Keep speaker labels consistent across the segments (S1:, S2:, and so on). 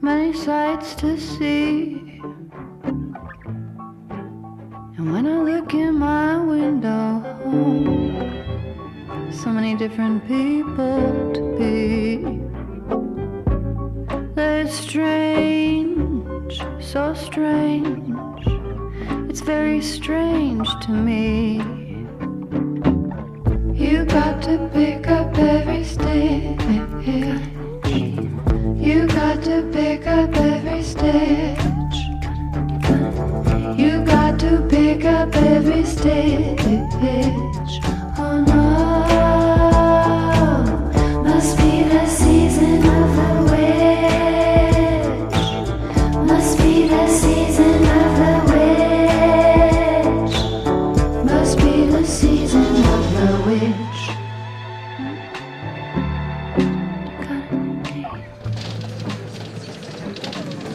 S1: many sights to see. And when I look in my window, so many different people to be. It's strange, so strange. It's very strange to me. You got to pick up every stitch. You got to pick up every stitch. You got to pick up every stitch. Oh no, must be the season of the witch. Must be the season of the witch. Must be the season of the witch.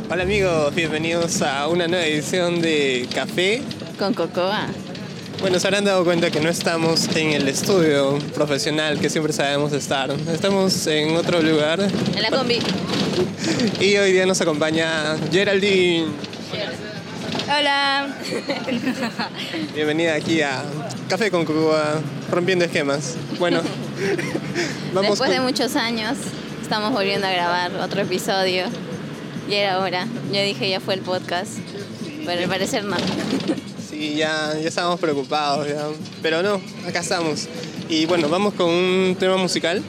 S2: Hola amigos, bienvenidos a una nueva edición de Café.
S3: Con Cocoa.
S2: Bueno, se habrán dado cuenta que no estamos en el estudio profesional que siempre sabemos estar. Estamos en otro lugar
S3: En la combi.
S2: y hoy día nos acompaña Geraldine.
S3: Hola.
S2: Bienvenida aquí a Café con Cuba, rompiendo esquemas. Bueno, vamos
S3: Después de
S2: con-
S3: muchos años, estamos volviendo a grabar otro episodio. Y era hora. Yo dije, ya fue el podcast. Pero al parecer no.
S2: Sí, ya, ya estábamos preocupados, ya. pero no, acá estamos. Y bueno, vamos con un tema musical.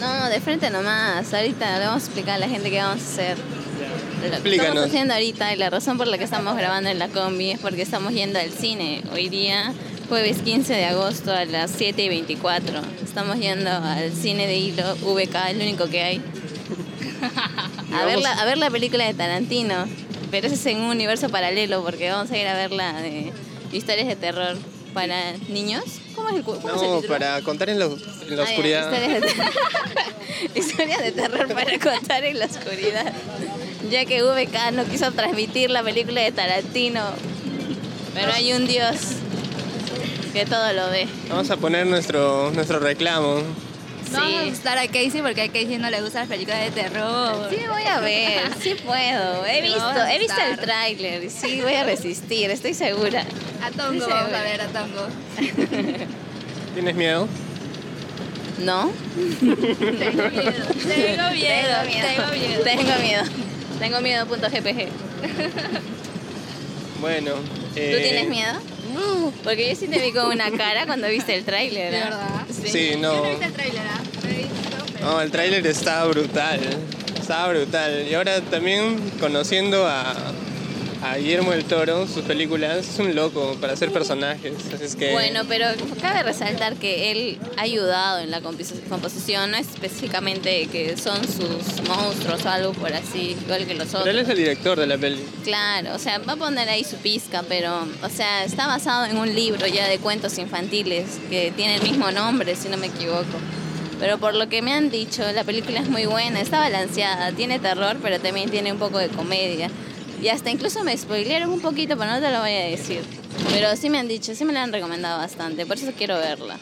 S3: No, no, de frente nomás. Ahorita le vamos a explicar a la gente qué vamos a hacer. Lo que
S2: Explícanos.
S3: estamos haciendo ahorita y la razón por la que estamos grabando en la combi es porque estamos yendo al cine. Hoy día, jueves 15 de agosto a las 7 y 24. Estamos yendo al cine de hilo VK, el único que hay. a, ver la, a ver la película de Tarantino. Pero ese es en un universo paralelo porque vamos a ir a ver la de historias de terror para niños. ¿Cómo es el, cu- cómo es el
S2: No,
S3: título?
S2: para contar en la, en la
S3: Ah, ya,
S2: oscuridad.
S3: historias, de... historias de terror para contar en la oscuridad. Ya que VK no quiso transmitir la película de Tarantino. Pero hay un Dios que todo lo ve.
S2: Vamos a poner nuestro, nuestro reclamo.
S4: Vamos a
S3: Sí.
S4: gustar a Casey porque a Casey no le gustan las películas de terror.
S3: Sí, voy a ver, sí puedo. He
S4: Te vamos
S3: visto,
S4: a
S3: he visto el
S4: asustar.
S3: tráiler y sí voy a resistir, estoy segura.
S4: A Tongo
S3: Sí,
S4: vamos
S3: seguro.
S4: a ver, a Tongo.
S2: ¿Tienes miedo?
S3: ¿No?
S4: Tengo miedo, tengo miedo, tengo miedo.
S3: Tengo miedo. Tengo miedo, punto GPG.
S2: Bueno. eh,
S3: ¿Tú tienes miedo? No. Porque yo sí te vi con una cara cuando viste el tráiler.
S4: ¿De
S3: ¿ah?
S4: verdad?
S2: Sí,
S4: Yo
S2: no.
S4: no he visto el tráiler, ¿ah? No he visto, pero-
S2: No, el tráiler estaba brutal. Estaba brutal. Y ahora también conociendo a, a Guillermo del Toro, sus películas, es un loco para hacer personajes. Así es que.
S3: Bueno, pero cabe resaltar que él ha ayudado en la compis- composición, no específicamente que son sus monstruos o algo por así, igual que los
S2: Pero él
S3: otros.
S2: es el director de la peli.
S3: Claro, o sea, va a poner ahí su pizca, pero, o sea, está basado en un libro ya de cuentos infantiles que tiene el mismo nombre, si no me equivoco. Pero por lo que me han dicho, la película es muy buena, está balanceada, tiene terror, pero también tiene un poco de comedia. Y hasta incluso me spoilearon un poquito, pero no te lo voy a decir. Pero sí me han dicho, sí me la han recomendado bastante, por eso quiero verla.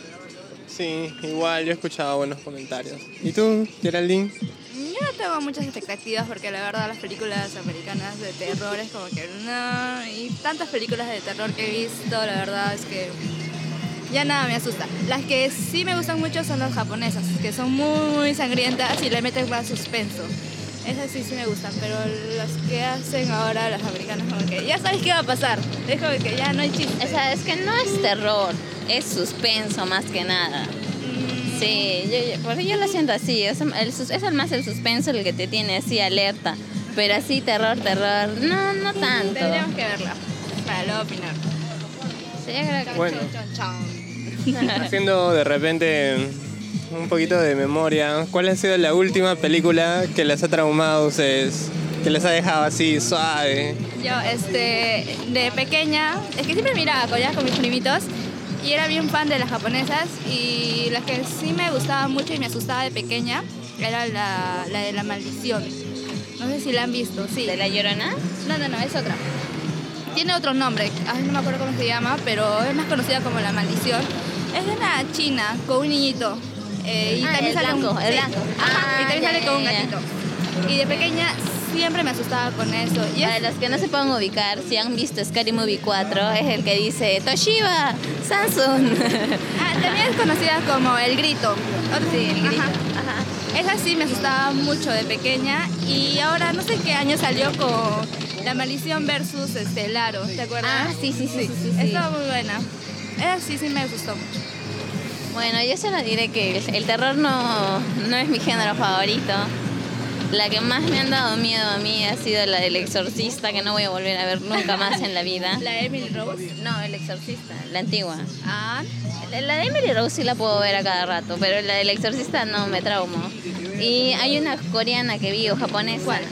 S2: Sí, igual yo he escuchado buenos comentarios. ¿Y tú, Geraldine?
S4: Yo no tengo muchas expectativas porque la verdad las películas americanas de terror es como que no. Y tantas películas de terror que he visto, la verdad es que ya nada me asusta. Las que sí me gustan mucho son las japonesas, que son muy sangrientas y le meten más suspenso. Esas sí sí me gustan, pero las que hacen ahora las americanas como que ya sabes qué va a pasar. Es como que ya no hay chiste.
S3: O sea, es que no es terror, es suspenso más que nada.
S4: Mm,
S3: Sí, yo, yo- porque yo lo siento así. Es, el sus- es el más el suspenso el que te tiene así alerta. Pero así terror, terror. No, no tanto.
S4: Tendríamos que verla para luego opinar.
S3: Sí, yo creo que-
S2: Bueno.
S4: Chon, chon.
S2: Haciendo de repente un poquito de memoria, ¿cuál ha sido la última película que les ha traumado a ustedes? Que les ha dejado así suave.
S4: Yo, este, de pequeña, es que siempre miraba collas con mis primitos y era bien fan de las japonesas y las que sí me gustaban mucho y me asustaba de pequeña era la, la de la maldición. No sé si la han visto, sí.
S3: ¿De la llorona?
S4: No, no, no, es otra. Tiene otro nombre, ay, no me acuerdo cómo se llama, pero es más conocida como la maldición. Es de una china con un niñito. eh, y
S3: Ah,
S4: también
S3: el
S4: sale un-
S3: blanco, el
S4: sí.
S3: blanco.
S4: Ajá,
S3: Ah,
S4: y también
S3: ya,
S4: sale
S3: ya,
S4: con un
S3: ya, ya.
S4: gatito. Y de pequeña siempre me asustaba con eso. Y
S3: Para
S4: es,
S3: los que no se puedan ubicar, si han visto Scary Movie 4, es el que dice Toshiba, Samsung.
S4: ah, también es conocida como el grito. Otra-
S3: Sí, el grito.
S4: ajá. Esa sí me asustaba mucho de pequeña y ahora no sé qué año salió con La Maldición versus este, el Aro, ¿te acuerdas?
S3: Ah, sí, sí, sí, sí, sí, sí.
S4: Estaba muy buena. Esa sí, sí me gustó mucho.
S3: Bueno, yo solo diré que el, el terror no, no es mi género favorito. La que más me han dado miedo a mí ha sido la del exorcista, que no voy a volver a ver nunca más en la vida.
S4: La Emily Rose.
S3: No, el exorcista, la antigua.
S4: Ah,
S3: La- La de Emily Rose sí la puedo ver a cada rato, pero la del exorcista no, me traumo. Y hay una coreana que vi, o japonesa,
S4: ¿Cuál?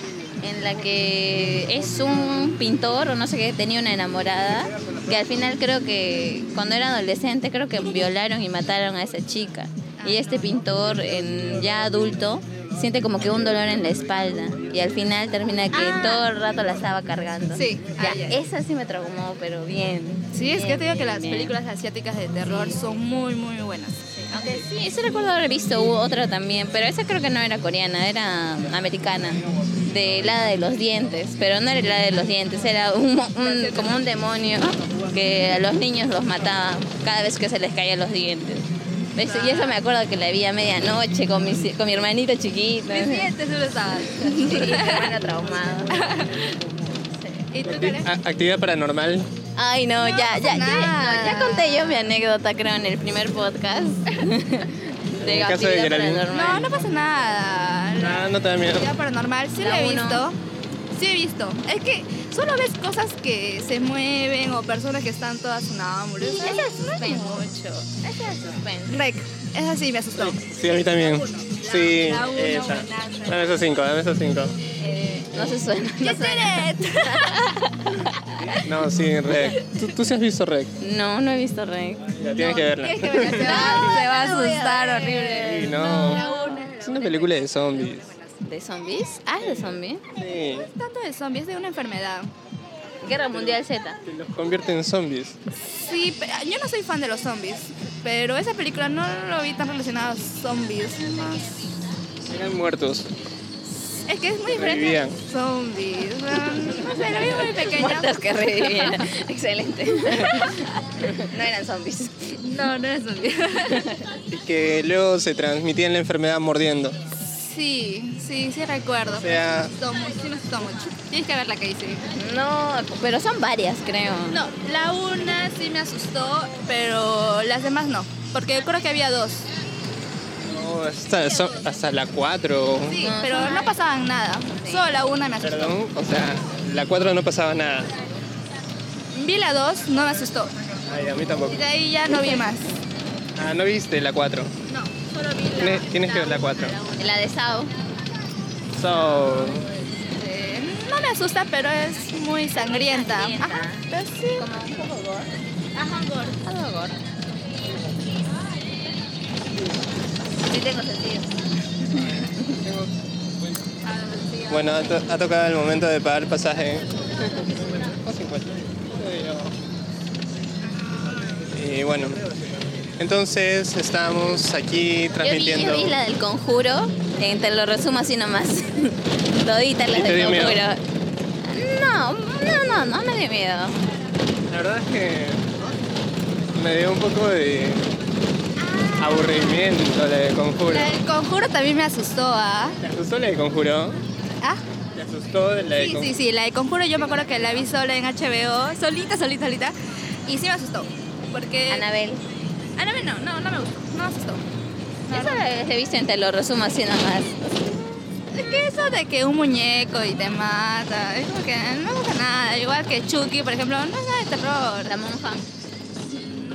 S3: en la que es un pintor o no sé qué, tenía una enamorada, que al final creo que cuando era adolescente creo que violaron y mataron a esa chica. Y este pintor, en- ya adulto, siente como que un dolor en la espalda y al final termina que
S4: Ah.
S3: todo el rato la estaba cargando.
S4: Sí.
S3: Ya,
S4: Ah, ya.
S3: esa sí me traumó, pero bien.
S4: sí, es que
S3: bien,
S4: te digo que
S3: bien,
S4: las
S3: bien.
S4: películas asiáticas de terror son muy, muy buenas.
S3: Aunque sí, eso recuerdo haber visto u- otra también, pero esa creo que no era coreana, era americana, de la de los dientes, pero no era la de los dientes, era un, mo- un- como un demonio que a los niños los mataba cada vez que se les caían los dientes. Eso- Y eso me acuerdo que la vi a medianoche con mi, con mi hermanito chiquito.
S4: Mis dientes solo estaban.
S3: Sí, mi hermano traumado.
S4: ¿Y tú,
S2: Acti-
S4: Karen?
S2: a- actividad paranormal.
S3: Ay, no,
S4: No
S3: ya,
S4: pasa
S3: ya, ya,
S4: nada.
S3: no, ya conté yo mi anécdota, creo, en el primer podcast.
S2: En el caso de
S3: actividad
S2: Geraldine.
S3: paranormal.
S4: No, no pasa nada.
S2: Ah, no te da miedo.
S4: Actividad paranormal, sí lo
S3: La
S4: he
S3: uno.
S4: visto. Sí he visto. Es que solo ves cosas que se mueven o personas que están todas sonámbulas.
S3: Sí,
S4: Esa no es mi-
S3: mucho. Ese es suspenso.
S4: Rec. Esa sí me asustó.
S2: Sí, a mí también. Sí,
S4: La uno,
S2: esa.
S4: buenaza.
S2: Dame esos cinco, dame esos cinco.
S3: Eh, no se suena.
S4: ¿Qué
S3: No, suena.
S4: tienes?
S2: No, sí, Rec. ¿Tú, tú sí has visto Rec.
S3: no, no he visto Rey.
S2: Ya tienes que verla.
S4: Tienes que ver, se va, se va a asustar horrible.
S2: Sí, no. Es una película de zombies.
S3: ¿De zombies? Ah, es de zombies.
S2: Sí,
S4: No es tanto de zombies, es de una enfermedad.
S3: Guerra Mundial Z.
S2: que los convierte en zombies.
S4: Sí, pe- yo no soy fan de los zombies, pero esa película no lo vi tan relacionado a zombies. más.
S2: Eran muertos.
S4: Es que es muy diferente. a
S2: Revivían.
S4: Zombies. ah, No sé, lo vi muy pequeña.
S3: Muertos que revivían. Excelente. No eran zombies.
S4: No, no es zombies.
S2: Y que luego se transmitían la enfermedad mordiendo.
S4: Sí, sí, sí recuerdo.
S2: O sea-
S4: Pero sí me gustó mu- sí me gustó mucho. Tienes que ver la que hice.
S3: No, pero son varias, creo.
S4: No, la una sí me asustó, pero las demás no. Porque yo creo que había dos.
S2: No, hasta, so- hasta la 4.
S4: Ah, Sí, pero no pasaban nada. Solo la una me asustó.
S2: Perdón, o sea, la 4 no pasaba nada.
S4: Vi la dos, no me asustó.
S2: Ay, a mí tampoco.
S4: Y de ahí ya no vi más.
S2: Ah, no viste la 4.
S4: No, solo vi la
S2: Tienes, tienes que ver la 4.
S3: La de Sao.
S2: So,
S4: Eh, no me asusta, pero es muy sangrienta.
S3: Sangrienta.
S4: Ajá, pero sí.
S3: Como un poco gore.
S4: Ajá, gordo.
S3: Algo gore. Sí tengo sentido.
S2: bueno, ha, to- ha tocado el momento de pagar el pasaje. O 50. Y bueno, entonces estamos aquí
S3: Yo vi,
S2: transmitiendo.
S3: yo vi la del conjuro, eh, te lo resumo así nomás. Todita la
S2: ¿Y te
S3: del
S2: dio miedo?
S3: conjuro. No, no, no, no me dio miedo.
S2: La verdad es que me dio un poco de aburrimiento la de conjuro.
S4: La del conjuro también me asustó, ¿ah?
S2: ¿Te asustó la de conjuro?
S4: ¿Ah?
S2: ¿Te asustó la de
S4: Sí,
S2: conjuro?
S4: sí, sí, la de Conjuro yo me acuerdo que la vi sola en HBO, solita, solita, solita, y sí me asustó, porque...
S3: Anabel.
S4: Anabel no, no, no me gustó, no me asustó.
S3: Eso la he visto en te lo resumo así nomás.
S4: Es que eso de que un muñeco y te mata, es como que no me gusta nada, igual que Chucky, por ejemplo, no es nada de
S3: La
S4: terror,
S3: monja.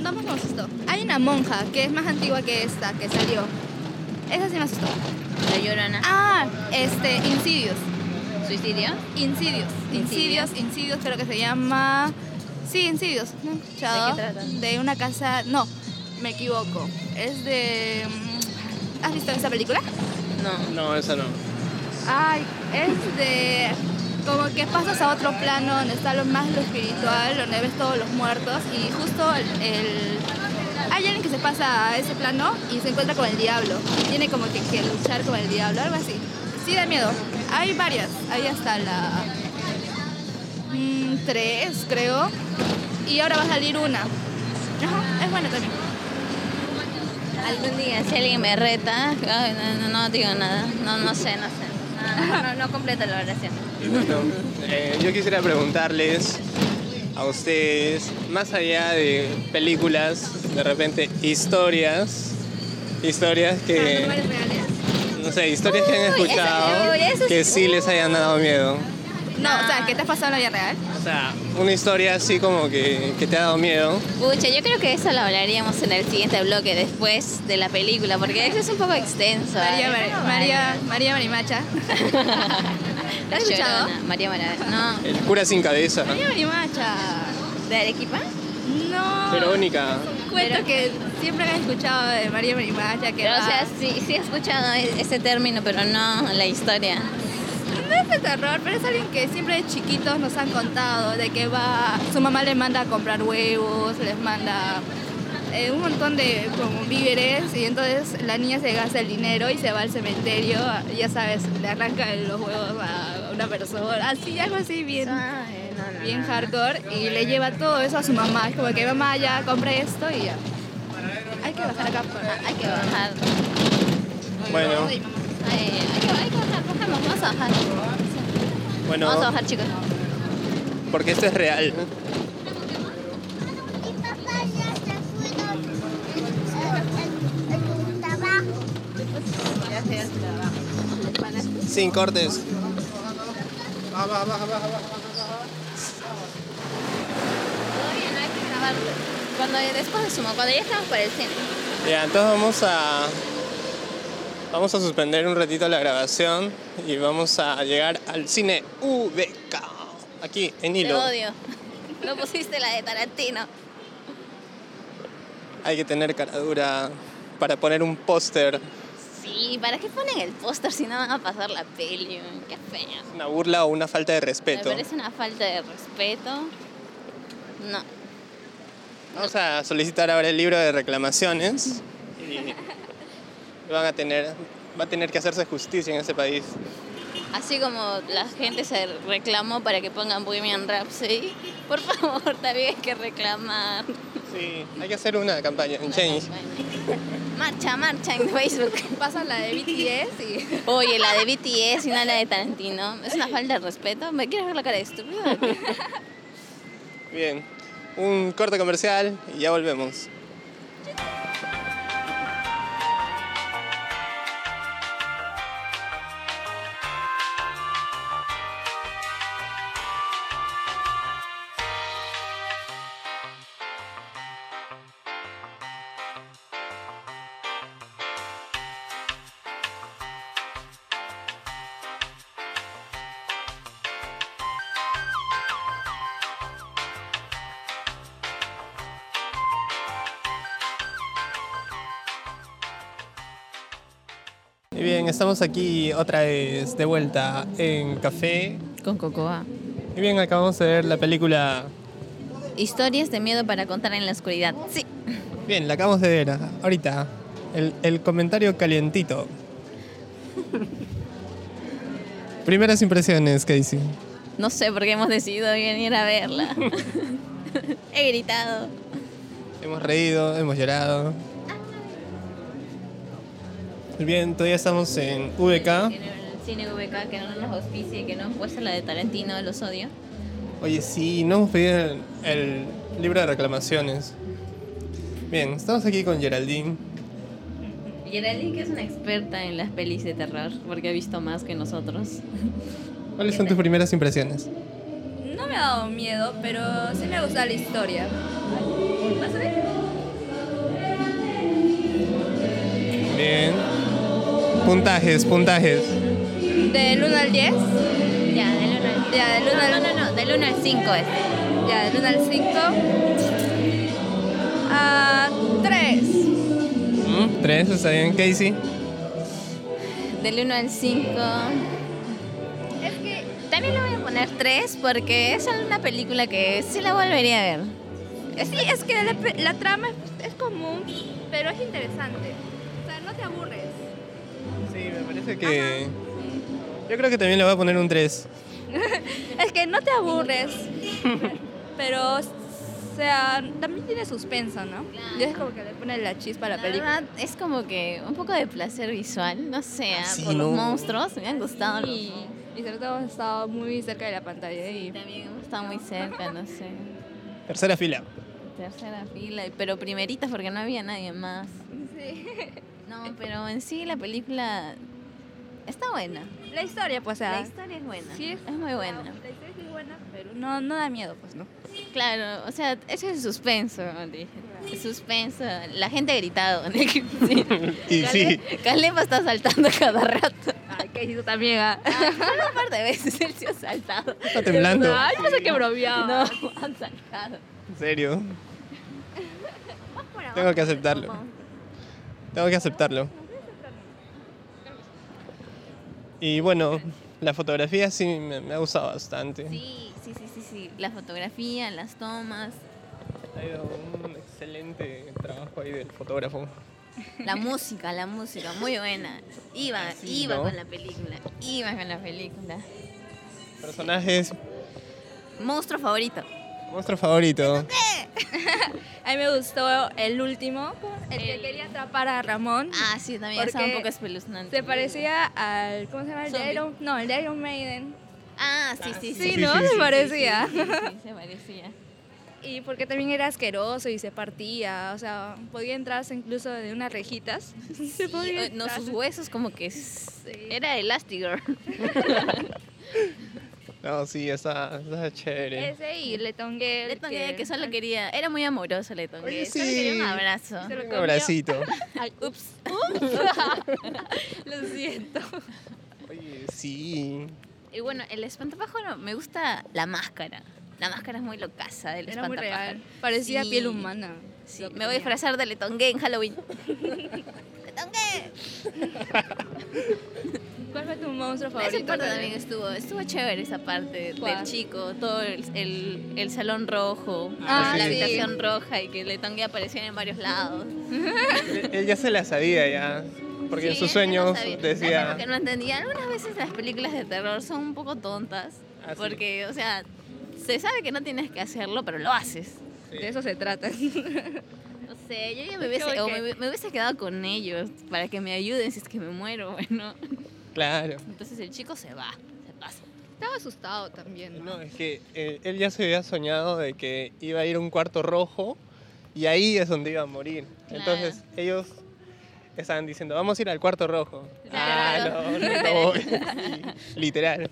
S4: no me asustó. Hay una monja que es más antigua que esta, que salió, esa sí me asustó.
S3: La llorona.
S4: Ah, este, Insidious.
S3: ¿Suicidio?
S4: Insidios, Insidios, Insidios creo que se llama. Sí, Insidios. ¿No han escuchado?
S3: ¿De qué trata?
S4: De una casa. No, me equivoco. Es de. mm, ¿Has visto esa película?
S3: No.
S2: No, eso no.
S4: Ay, es de. Como que pasas a otro plano donde está lo más lo espiritual, donde ves todos los muertos y justo el. el- hay alguien que se pasa a ese plano y se encuentra con el diablo. Tiene como que, que luchar con el diablo, algo así. Sí, da miedo. Hay varias. Hay hasta la 3, creo. Y ahora va a salir una. Ajá, es buena también.
S3: Algún día si alguien me reta, ay, no, no, no digo nada, no, no sé, no sé. No, no, no, no completo la oración.
S2: Y bueno, eh, yo quisiera preguntarles a ustedes, más allá de películas, de repente historias, historias que,
S4: ¿Números reales?
S2: no sé, historias que han
S3: Ah, Uy, esa-
S2: escuchado
S3: uy, eso
S2: que
S3: sí.
S2: sí les hayan dado miedo.
S4: No, o sea, ¿qué te ha pasado en la vida real?
S2: O sea, una historia así como que, que te ha dado miedo.
S3: Pucha, yo creo que eso lo hablaríamos en el siguiente bloque después de la película, porque eso es un poco extenso.
S4: María,
S3: ¿eh?
S4: Mar- María, María Marimacha.
S3: La
S4: ¿Has escuchado?
S3: Llorona, María Maravilla. No,
S2: El cura sin cabeza.
S4: María Marimacha.
S3: ¿de Arequipa?
S4: No.
S2: Verónica.
S4: Cuento que siempre me he escuchado de María Marimacha. Que
S3: Pero, o
S4: va-
S3: sea, sí, sí he escuchado e- ese término, pero no la historia.
S4: No es de terror, pero es alguien que siempre de chiquitos nos han contado de que va, su mamá les manda a comprar huevos, les manda eh, un montón de como víveres y entonces la niña se gasta el dinero y se va al cementerio, ya sabes, le arranca los huevos a una persona, así, algo así bien. Bien hardcore y le lleva todo eso a su mamá. Es como que mamá ya compré esto y ya. Hay que bajar acá. por-
S3: Hay que bajar.
S2: Bueno,
S4: Ay, mamá.
S3: Ay, hay, que, hay que bajar, bajamos, vamos a bajar. Vamos a
S2: bueno,
S3: bajar, chicos.
S2: porque esto es real.
S5: Mi papá ya se fue al- al- al- al trabajo.
S2: Sin cortes.
S3: Todavía no hay que grabar. Cuando, después de sumo, cuando ya estamos por el cine.
S2: Ya, entonces vamos a. Vamos a suspender un ratito la grabación y vamos a llegar al cine VK. Aquí, en
S3: Te
S2: Hilo.
S3: odio. No pusiste la de Tarantino.
S2: Hay que tener cara dura para poner un póster.
S3: Sí, ¿para qué ponen el póster si no van a pasar la peli? man? Qué fea.
S2: Una burla o una falta de
S3: Me
S2: respeto.
S3: parece una falta de respeto. No.
S2: Vamos a solicitar ahora el libro de reclamaciones. Y van a tener. Va a tener que hacerse justicia en este país.
S3: Así como la gente se reclamó para que pongan Bohemian Rhapsody, por favor, también hay que reclamar.
S2: Sí, hay que hacer una campaña, un change.
S3: Marcha, marcha en Facebook.
S4: Pasa la de BTS y.
S3: Oye, la de BTS y no la de Tarantino. Es una falta de respeto. ¿Me quieres ver la cara de estúpido?
S2: Bien, un corte comercial y ya volvemos. Y bien, estamos aquí otra vez de vuelta en café.
S3: Con Cocoa.
S2: Y bien, acabamos de ver la película.
S3: Historias de miedo para contar en la oscuridad. Sí.
S2: Bien, la acabamos de ver ah, ahorita. El, el comentario calientito. Primeras impresiones, Casey.
S3: No sé por qué hemos decidido venir a verla. He gritado.
S2: Hemos reído, hemos llorado. Muy Bien, todavía estamos en VK.
S3: Que no- El cine VK que no nos auspicie, que no puesta la de Tarantino, los odio.
S2: Oye, sí, no hemos pedido el, el libro de reclamaciones. Bien, estamos aquí con Geraldine.
S3: Geraldine, que es una experta en las pelis de terror, porque ha visto más que nosotros.
S2: ¿Cuáles son tus primeras impresiones?
S4: No me ha dado miedo, pero sí me gusta la historia.
S2: Bien. Puntajes, puntajes.
S4: Del 1 al 10,
S3: Ya, del 1 al
S4: ya del 1
S3: No,
S4: al,
S3: no, no, del 1 al 5 es.
S4: ya, del 1 al Ah, 5, a 3.
S2: Mm, Tres, está bien, Casey.
S3: Del 1 al 5. Es que también le voy a poner 3 porque es una película que sí la volvería a ver.
S4: eh, Sí, es que la, pe- la trama es, es común, pero es interesante. O sea, no te aburres.
S2: Sí, me parece que Yo creo que también le voy a poner un 3.
S4: Es que no te aburres. pero, o sea, también tiene suspenso, ¿no? Y es como que le pone la chispa a la
S3: La
S4: película.
S3: verdad es como que un poco de placer visual, no sé, ah,
S2: Sí,
S3: por
S2: ¿no?
S3: los monstruos, me han gustado los
S4: Y, y sobre todo hemos estado muy cerca de la pantalla. y
S3: También hemos estado muy cerca, no sé.
S2: Tercera fila.
S3: Tercera fila, y- pero primeritas porque no había nadie más. No, pero en sí la película está buena.
S4: La historia, pues, o sea,
S3: La historia es buena.
S4: sí,
S3: es muy buena.
S4: La historia sí es buena, pero no, no da miedo, pues, ¿no?
S3: Claro, o sea, eso es suspenso, dije. Suspenso. La gente ha gritado. Sí.
S2: Y sí.
S3: Calema está saltando cada rato.
S4: Ay, que hizo también, ah.
S3: Un par de veces él se ha saltado.
S2: Está temblando.
S4: Ay, pensé que bromeaba.
S3: No, han saltado.
S2: En serio. Tengo que aceptarlo. Tengo que aceptarlo. Y bueno, la fotografía sí me, me ha gustado bastante.
S3: Sí, sí, sí, sí, sí. La fotografía, las tomas,
S2: Ha ido un excelente trabajo ahí del fotógrafo.
S3: la música, la música, muy buena. Iba,
S2: Sí,
S3: iba
S2: ¿no?
S3: con la película, iba con la película.
S2: Personajes,
S3: Monstruo favorito.
S2: monstruo favorito.
S4: A mí me gustó el último, el que quería atrapar a Ramón.
S3: Ah, sí, también estaba un
S4: Porque
S3: poco espeluznante.
S4: Se parecía al. ¿Cómo se llama? El de
S3: Zombie.
S4: Iron, no, el de Iron Maiden.
S3: Ah, sí, sí, sí.
S4: Sí,
S2: sí,
S4: ¿no?
S2: sí, sí,
S4: se
S2: sí,
S4: parecía.
S3: Sí, sí, sí, se parecía.
S4: Y porque también era asqueroso y se partía. O sea, podía entrarse incluso de unas rejitas. Se
S3: Y,
S4: podía
S3: eh, no,
S4: entrar.
S3: sus huesos como que s- era Elastigirl.
S2: No, sí, está, está chévere.
S4: Ese y Letton Gale.
S3: Letton Gay, que solo quería, era muy amoroso Letton
S2: Oye,
S3: Gay, solo
S2: sí.
S3: quería un abrazo.
S4: Se lo
S2: Un
S4: comió.
S2: abracito.
S4: Ay, ups. Lo siento.
S2: Oye, sí.
S3: Y bueno, el espantapájaro me gusta la máscara. La máscara es muy locaza del
S4: Era muy
S3: espantapájaro.
S4: real. Parecía
S3: Sí.
S4: piel humana.
S3: Sí,
S4: Lo que
S3: me voy a
S4: tenía.
S3: disfrazar de Letongue en Halloween. ¡Letongue!
S4: ¿Cuál fue tu monstruo favorito?
S3: Esa parte también estuvo, estuvo chévere esa parte
S4: ¿Cuál?
S3: del chico, todo el, el- el salón rojo,
S2: Ah,
S3: la
S2: sí.
S3: habitación roja y que Letongue aparecía en varios lados.
S2: Él él ya se la sabía ya. Porque en
S3: Sí,
S2: sus
S3: él no
S2: sueños
S3: sabía. Eso es
S2: decía.
S3: lo que no entendía. Algunas veces las películas de terror son un poco tontas.
S2: Ah, sí.
S3: porque, o sea, se sabe que no tienes que hacerlo, pero lo haces.
S4: De eso se trata.
S3: No sé, yo ya me
S4: Es
S3: hubiese,
S4: como
S3: o
S4: que-
S3: me, me hubiese quedado con ellos para que me ayuden si es que me muero, bueno.
S2: Claro.
S3: Entonces el chico se va, se pasa.
S4: Estaba asustado también.
S2: No, es que eh, él ya se había soñado de que iba a ir a un cuarto rojo y ahí es donde iba a morir.
S3: Claro.
S2: Entonces ellos estaban diciendo, vamos a ir al cuarto rojo.
S3: Claro.
S2: Ah, no, no, no voy. Sí, Literal.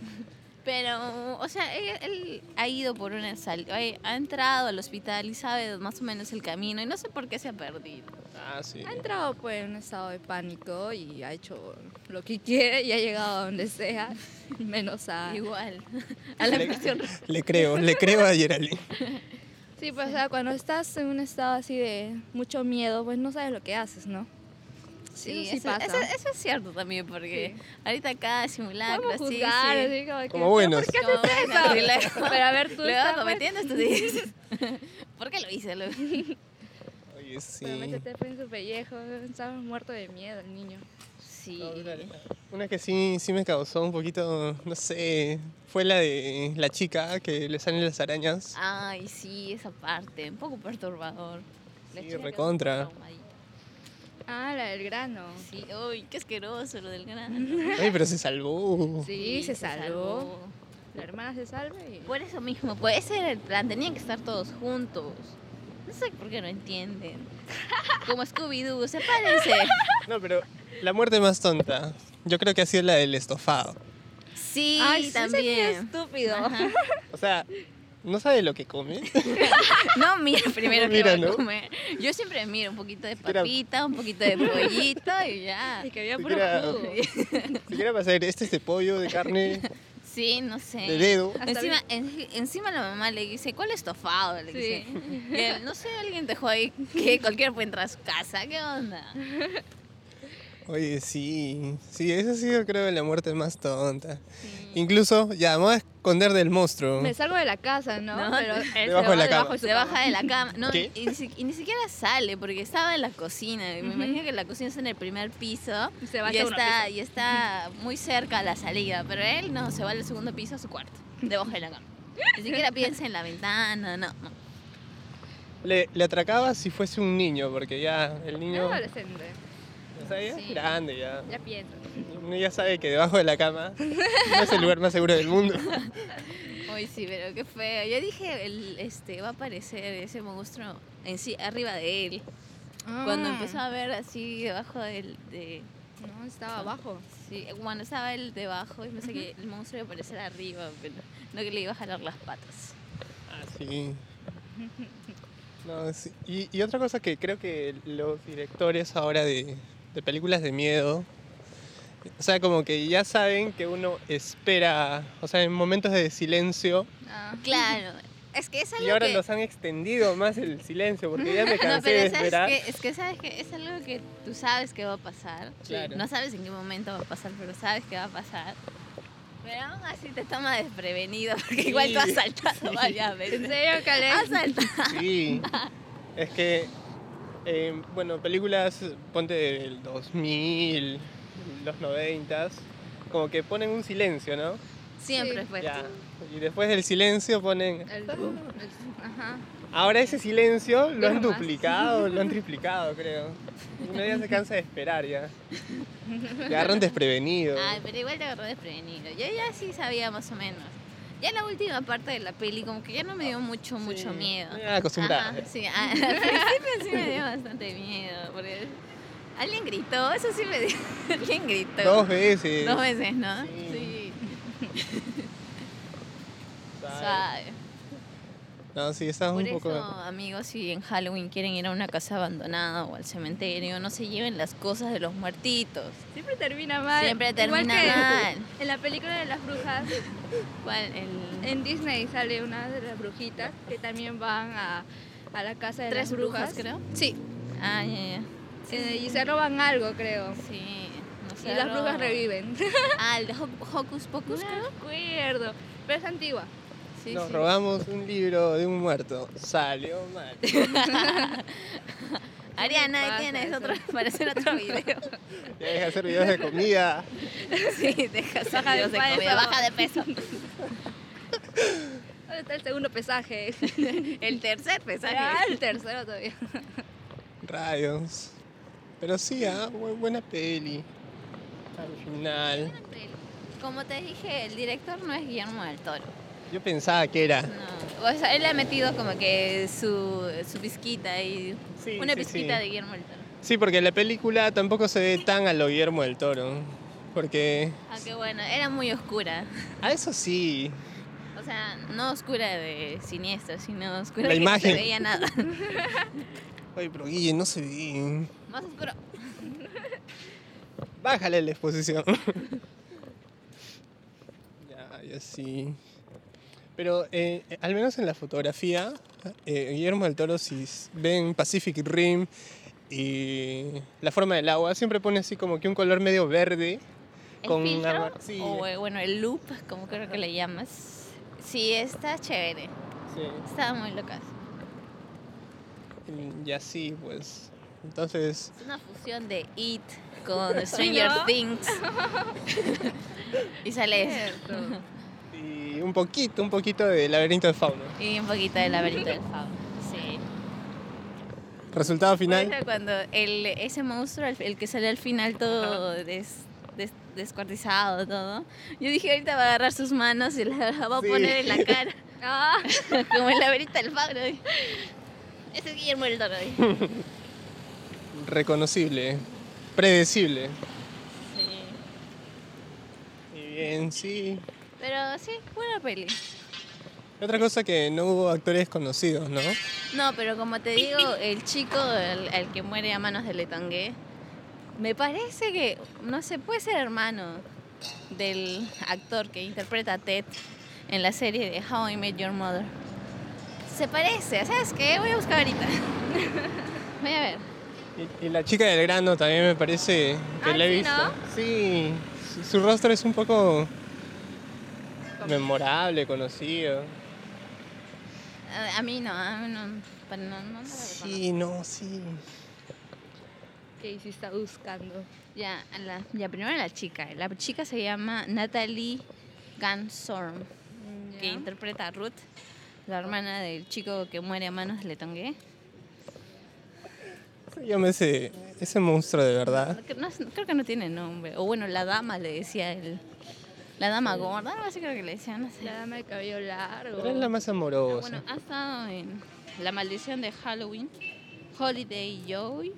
S3: Pero, o sea, él, él ha ido por una sal, ha, ha entrado al hospital y sabe más o menos el camino y no sé por qué se ha perdido.
S2: Ah, sí.
S4: Ha entrado pues, en un estado de pánico y ha hecho lo que quiere y ha llegado a donde sea, menos a...
S3: Igual, a la habitación roja.
S2: Le creo, le creo a Geraldine.
S4: Sí, pues o sea, cuando estás en un estado así de mucho miedo, pues no sabes lo que haces, ¿no?
S3: Sí,
S4: eso
S3: eso, eso- eso es cierto también, porque ahorita acá simulacro,
S4: Podemos
S3: sí,
S4: juzgar,
S3: sí.
S4: así Ah, como que,
S2: Como buenos.
S4: ¿Por qué
S3: Como,
S4: haces
S3: bueno,
S4: eso?
S3: y luego-
S4: Pero a ver, tú
S3: Luego
S4: estás, pues,
S3: cometiendo esto dices, ¿por qué lo hice? Lo-
S2: Oye, sí.
S4: pero métete, pues, en su pellejo, estaba muerto de miedo el niño.
S3: Sí.
S2: Una que sí, sí me causó un poquito, no sé, fue la de la chica que le salen las arañas.
S3: Ay, sí, esa parte, un poco perturbador. La
S2: Sí,
S3: chica quedó
S2: recontra.
S3: traumadita.
S4: Ah, la del grano.
S3: Sí, uy, qué asqueroso lo del grano.
S2: Ay, pero se salvó.
S4: Sí, se, salvó. La hermana se salva y...
S3: Por eso mismo, pues ese era el plan, tenían que estar todos juntos. No sé por qué no entienden. Como Scooby-Doo, sepárense.
S2: No, pero la muerte más tonta, yo creo que ha sido la del estofado.
S3: Sí,
S4: Ay, sí, ese es
S3: también.
S4: estúpido.
S3: Ajá.
S2: O sea, no sabe lo que come.
S3: No mira primero
S2: No
S3: que
S2: mira,
S3: va
S2: ¿no?
S3: a comer. Yo siempre miro un poquito de
S2: Siquiera-
S3: papita, un poquito de pollito y ya.
S4: Y que había
S2: Si
S4: puro
S2: quiera-
S4: jugo.
S2: Siquiera va a ser este es de pollo, de carne,
S3: Sí, no
S2: de
S3: sé.
S2: dedo.
S4: Hasta
S3: Encima, en- encima la mamá le dice, ¿cuál estofado? Le
S4: Sí.
S3: dice. Y él, no sé, alguien dejó ahí que cualquiera puede entrar a su casa, ¿qué onda?
S2: Oye, sí, sí, esa ha sido creo la muerte más tonta. Incluso, ya, me voy a esconder del monstruo.
S4: Me salgo de la casa, ¿no?
S3: No.
S4: Pero él se
S2: Debajo
S4: va
S2: de la cama.
S4: debajo su
S3: Pues Se baja de la cama. No,
S2: ¿Qué?
S3: Y, ni si- y ni siquiera sale porque estaba en la cocina. y Me imagino que la cocina está en el primer piso.
S4: Y se va al
S3: y,
S4: segundo
S3: está, y está muy cerca a la salida. Pero él no, se va al segundo piso a su cuarto. Debajo de la cama. Ni siquiera piensa en la ventana, no. no.
S2: Le, le atracaba si fuese un niño, porque ya el
S4: Es
S2: niño...
S4: adolescente,
S2: o sea, ya es
S3: Ah, Sí.
S2: grande, ya.
S4: ya pienso.
S2: Uno ya sabe que debajo de la cama no es el lugar más seguro del mundo.
S3: Uy, sí, pero qué feo. Yo dije, el, este, va a aparecer ese monstruo en sí, arriba de él. Cuando empezó a ver así debajo del... de-
S4: Ah. No, estaba abajo.
S3: Sí, bueno, estaba él debajo y pensé que el monstruo iba a aparecer arriba, pero no que le iba a jalar las patas.
S2: Sí. No, sí. Y, y otra cosa que creo que los directores ahora de, de películas de miedo, o sea, como que ya saben que uno espera, o sea, en momentos de silencio,
S4: Ah.
S3: Claro, es que es algo
S2: y ahora
S3: que...
S2: nos han extendido más el silencio, porque ya me
S3: no,
S2: cansé de
S3: pero sabes
S2: esperar.
S3: que, es que sabes que es algo que tú sabes que va a pasar.
S2: Claro.
S3: No sabes en qué momento va a pasar, pero sabes que va a pasar. Pero aún así te toma desprevenido, porque igual tú has
S2: Sí,
S3: saltado
S2: sí.
S3: varias veces.
S4: ¿En serio,
S3: Has
S4: Caleb?
S3: saltado.
S2: Sí, es que, eh, bueno, películas, ponte del 2000, los 90, como que ponen un silencio, ¿no?
S3: Siempre
S4: Sí.
S3: fue.
S2: Ya. Y después del silencio ponen...
S4: El- el- Ajá.
S2: Ahora ese silencio lo han
S4: Nada más.
S2: duplicado, lo han triplicado, creo. Uno ya se cansa de esperar ya. Te agarran desprevenido.
S3: Ay, pero igual te agarró desprevenido. Yo ya sí sabía más o menos. Ya la última parte de la peli como que ya no me dio mucho, mucho miedo.
S2: Ya acostumbrada.
S3: Ajá, sí, a- al principio sí me dio bastante miedo. Porque alguien gritó, eso sí me dio. Alguien gritó.
S2: Dos veces.
S3: Dos veces, ¿no?
S2: Sí. ¿sabes?
S3: Suave.
S2: No, sí, está
S3: Por
S2: un
S3: eso,
S2: poco...
S3: amigos, si en Halloween quieren ir a una casa abandonada o al cementerio, no se lleven las cosas de los muertitos.
S4: Siempre termina mal.
S3: Siempre
S4: Igual
S3: termina
S4: que
S3: mal.
S4: En la película de las brujas,
S3: ¿Cuál? El...
S4: en Disney sale una de las brujitas que también van a, a la casa de
S3: Tres
S4: las
S3: brujas,
S4: brujas.
S3: creo.
S4: Sí.
S3: Ah, ya, ya.
S4: Eh, y se roban algo, creo.
S3: Sí. no sé,
S4: Y las
S3: algo-
S4: brujas reviven.
S3: Ah, el de Ho- Hocus Pocus, creo.
S4: No me acuerdo. Pero es antigua.
S3: Sí,
S2: Nos
S3: sí.
S2: robamos un libro de un muerto. Salió mal.
S3: Ariana, ahí
S4: Pasa
S3: tienes
S4: eso.
S3: otro, para hacer otro video.
S2: Ya deja de hacer videos de comida.
S3: Sí, deja sus
S4: Baja de
S3: videos de
S4: peso.
S3: comida, baja de peso.
S4: Ahora está el segundo pesaje.
S3: El tercer pesaje.
S4: Ah, el tercero todavía.
S2: Rayos. Pero sí, ah, bu- buena peli. Al final.
S3: Como te dije, el director no es Guillermo del Toro.
S2: Yo pensaba que era.
S3: No. O sea, él le ha metido como que su, su pizquita y
S2: Sí,
S3: una
S2: sí,
S3: pizquita
S2: sí.
S3: de Guillermo del Toro.
S2: Sí, porque la película tampoco se ve tan a lo Guillermo del Toro. Porque.
S3: Aunque bueno, era muy oscura.
S2: A eso sí.
S3: O sea, no oscura de siniestro, sino oscura
S2: La
S3: de que
S2: imagen.
S3: no se veía nada.
S2: Oye, pero Guille, no se ve.
S3: Más oscuro.
S2: Bájale la exposición. ya, ya sí. Pero eh, eh, al menos en la fotografía, eh, Guillermo del Toro, si s- ven Pacific Rim y la forma del agua, siempre pone así como que un color medio verde.
S3: El
S2: Con
S3: filtro,
S2: amar- sí.
S3: o eh, bueno, el loop, como creo que le llamas. Sí, está chévere.
S2: Sí.
S3: Estaba muy loca.
S2: Y así, pues. Entonces,
S3: Es una fusión de It con Stranger
S4: ¿no?
S3: Things. y sale eso.
S4: Cierto.
S2: y un poquito, un poquito de laberinto de fauno.
S3: Y un poquito de laberinto del fauno. Sí.
S2: Resultado final.
S3: Por eso cuando el, ese monstruo, el, el que sale al final todo des- des- descuartizado, todo. Yo dije, ahorita va a agarrar sus manos y las va a
S2: Sí.
S3: poner en la cara.
S4: Ah,
S3: como el laberinto del fauno. Ese es Guillermo del Toro. Sí.
S2: reconocible, predecible. Y bien, sí.
S3: Pero sí, buena peli.
S2: Otra cosa que no hubo actores conocidos, ¿no?
S3: No, pero como te digo, el chico, el, el que muere a manos de Letangué, me parece que, no sé, puede ser hermano del actor que interpreta a Ted en la serie de How I Met Your Mother. Se parece, ¿sabes qué? Voy a buscar ahorita. Voy a ver.
S2: Y, y la chica del grano también me parece que
S4: Ah,
S2: la he
S4: sí,
S2: visto.
S4: ¿no?
S2: Sí, su- su rostro es un poco memorable, conocido.
S3: A- A mí no, a mí no. pero no, no, no
S2: Sí, no, sí.
S4: Que sí está buscando.
S3: Ya, a la, ya primero la chica. La chica se llama Natalie Gansorm, que interpreta a Ruth, la hermana del chico que muere a manos de Letongue.
S2: Yo me sé ese monstruo de verdad.
S3: No, no- creo que no tiene nombre. O bueno, la dama le decía él. La dama gorda, algo así creo que le decía, no sé.
S4: La dama de cabello largo.
S2: Pero es la más
S4: Ah,
S2: amorosa.
S3: Bueno, ha estado en La Maldición de Halloween, Holiday Joy,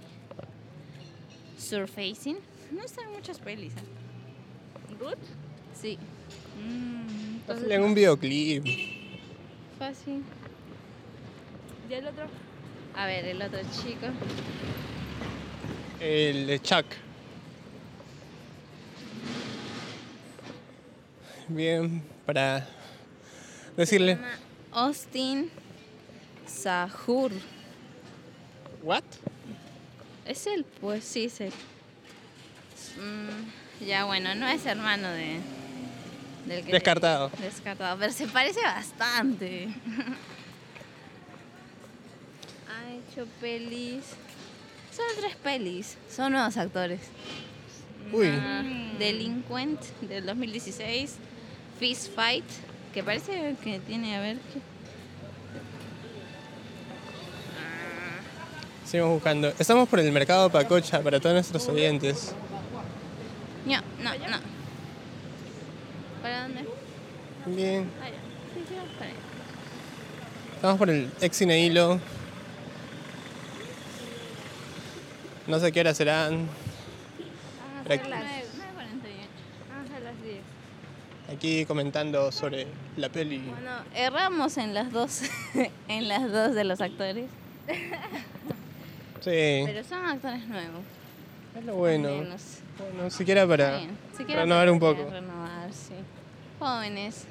S3: Surfacing. No están muchas pelis. ¿ah?
S4: Ruth.
S3: Sí,
S4: Mm,
S2: Está
S4: entonces,
S2: en un videoclip.
S3: fácil.
S4: ¿Y el otro?
S3: A ver, el otro chico.
S2: El de Chuck. Bien, para decirle.
S3: Se llama Austin Sahur.
S2: ¿What?
S3: ¿Es él? Pues sí, es él. Mm, ya bueno, no es hermano de. Del que
S2: Descartado.
S3: Descartado, pero se parece bastante. ha hecho pelis. Son tres pelis, son nuevos actores.
S2: Uy.
S3: Ah, Delinquent del 2016, Fist Fight, que parece que tiene, a ver, ¿qué?
S2: Seguimos buscando. Estamos por el mercado Pacocha para todos nuestros oyentes.
S3: No, no, no. ¿Para dónde?
S2: Bien.
S3: Ah, ya. Sí, sí, para allá.
S2: Estamos por el Exineilo. No sé qué hora serán.
S4: Vamos a
S2: Pero
S4: hacer las,
S3: 9.48.
S4: vamos a hacer las 10.
S2: Aquí comentando sobre la peli.
S3: Bueno, erramos en las dos, en las dos de los actores.
S2: Sí.
S3: Pero son actores nuevos.
S2: Es lo bueno.
S3: menos.
S2: Bueno, siquiera para
S3: Bien, si quieren
S2: renovar un
S3: aprender a
S2: poco.
S3: Renovar, sí. Jóvenes.